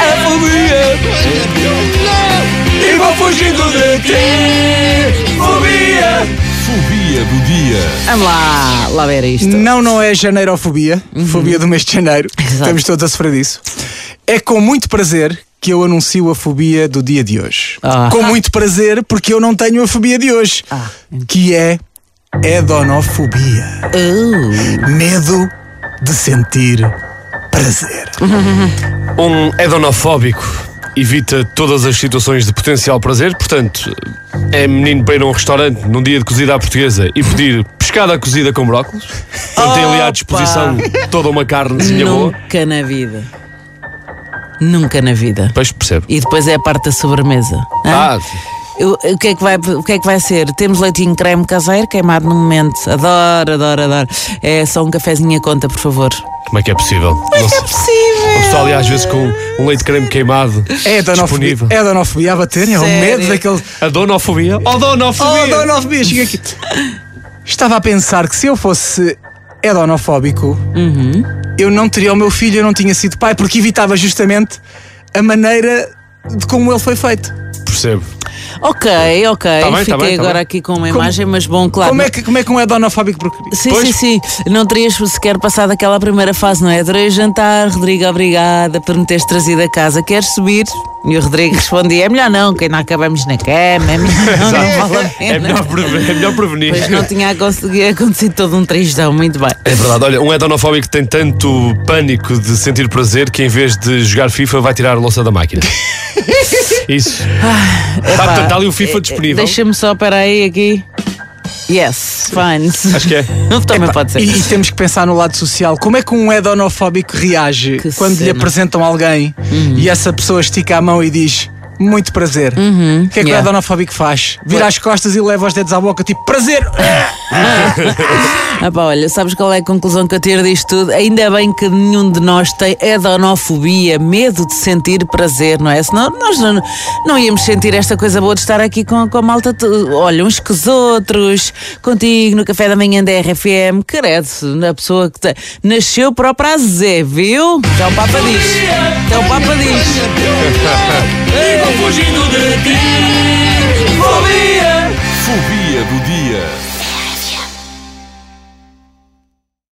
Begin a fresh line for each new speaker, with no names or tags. fobia. E vou fugindo de ti. Fobia. Fobia do dia.
Vamos lá, lá ver isto.
Não, não é janeirofobia,
Uhum.
fobia do mês de janeiro. Estamos todos a sofrer disso. É com muito prazer que eu anuncio a fobia do dia de hoje.
Ah.
Com muito prazer, porque eu não tenho a fobia de hoje,
Ah.
que é edonofobia.
Uh,
Medo de sentir prazer.
Hum.
Um hedonofóbico evita todas as situações de potencial prazer, portanto, é menino para ir a um restaurante num dia de cozida à portuguesa e pedir pescada cozida com brócolis. Portanto, tem ali à
Opa!
disposição toda uma carnezinha boa.
nunca na vida. Nunca na vida.
Pois percebe.
E é? depois é a parte da sobremesa. hã?
Ah,
Eu- o, que é que vai, o que é que vai ser? Temos leitinho creme caseiro queimado no momento. Adoro, adoro, adoro. É só um cafezinho a conta, por favor.
como é que é possível? Não
É
sei. O
possível.
pessoal ali às vezes com um leite de creme queimado
É edonofobia,
disponível.
é edonofobia a bater, é o
Sério?
medo daquele.
A donofobia? Oh, donofobia!
Oh, donofobia, chega aqui. Estava a pensar que se eu fosse edonofóbico,
Uhum.
eu não teria o meu filho, eu não tinha sido pai, porque evitava justamente a maneira de como ele foi feito.
Percebo.
Ok, ok.
Tá bem, tá
Fiquei
bem, tá
agora
bem.
aqui com uma imagem, Ah, mas bom, claro.
Como é, que, como é que um edonofóbico procura?
Sim,
Pois.
sim, sim. Não terias sequer passado aquela primeira fase, não é? Adorei o jantar, Rodrigo, obrigada por me teres trazido a casa. Queres subir? E o Rodrigo respondia: é melhor não, que ainda acabamos na cama, é melhor não, não vale a
É
pena.
melhor, preve- é melhor prevenir.
Pois não tinha conseguido acontecer todo um tristão, muito bem.
É verdade, olha, um hedonofóbico tem tanto pânico de sentir prazer que em vez de jogar FIFA vai tirar a louça da máquina. Isso. Está
Epá, é,
ali o FIFA disponível.
Deixa-me só, peraí, aqui. Yes, fine.
Acho que é.
Também pode ser.
E, e temos que pensar no lado social. Como é que um edonofóbico reage
Que
quando lhe
cena. Uhum.
apresentam alguém e essa pessoa estica a mão e diz muito prazer? O que é que
Uhum. Yeah.
o edonofóbico faz? Vira as costas e leva os dedos à boca, tipo prazer!
Ah pá, olha, sabes qual é a conclusão que eu tiro disto tudo? Ainda bem que nenhum de nós tem hedonofobia, medo de sentir prazer, não é? Senão nós não, não íamos sentir esta coisa boa de estar aqui com, com a malta, to- olha, uns com os outros, contigo no café da manhã da RFM, credo, a pessoa que tem- nasceu para o prazer, viu? Já o Papa diz, já o Papa diz.
E vou fugindo de ti. Fobia.
Fobia do dia.